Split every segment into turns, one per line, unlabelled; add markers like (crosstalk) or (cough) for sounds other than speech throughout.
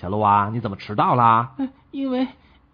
小鹿啊，你怎么迟到啦？
哎因为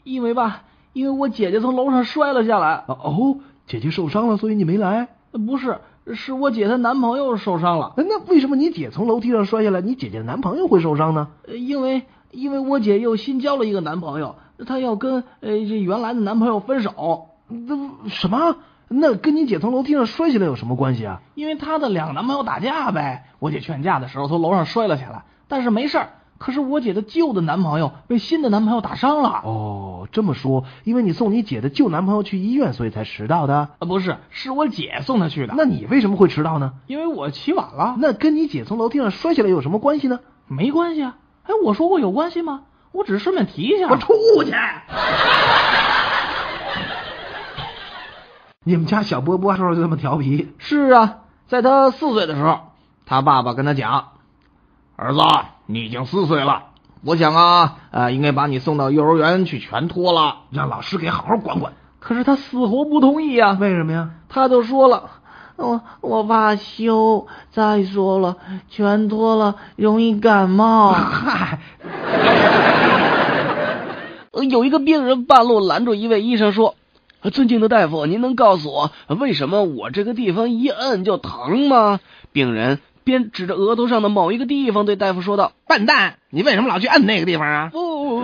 因为吧，因为我姐姐从楼上摔了下来。
哦，姐姐受伤了，所以你没来。哎
不是，是我姐她男朋友受伤了。
那为什么你姐从楼梯上摔下来，你姐姐的男朋友会受伤呢？
呃因为因为我姐又新交了一个男朋友，她要跟呃这原来的男朋友分手。
那什么？那跟你姐从楼梯上摔下来有什么关系啊？
因为她的两个男朋友打架呗。我姐劝架的时候从楼上摔了下来，但是没事儿。可是我姐的旧的男朋友被新的男朋友打伤了。
哦，这么说，因为你送你姐的旧男朋友去医院，所以才迟到的？
啊，不是，是我姐送他去的。
那你为什么会迟到呢？
因为我起晚了。
那跟你姐从楼梯上摔下来有什么关系呢？
没关系啊。哎，我说过有关系吗？我只是顺便提一下。
我出去。 (laughs) 你们家小波波时候就这么调皮？
是啊，在他四岁的时候，他爸爸跟他讲：“
儿子，你已经四岁了，我想啊，呃，应该把你送到幼儿园去全托了，
让老师给好好管管。”
可是他死活不同意啊！
为什么呀？
他就说了：“我我怕羞，再说了，全脱了容易感冒。”啊
嗨。
呃有一个病人半路拦住一位医生说。尊敬的大夫，您能告诉我为什么我这个地方一摁就疼吗？病人边指着额头上的某一个地方对大夫说道：“哦
笨蛋，你为什么老去摁那个地方啊？”
不。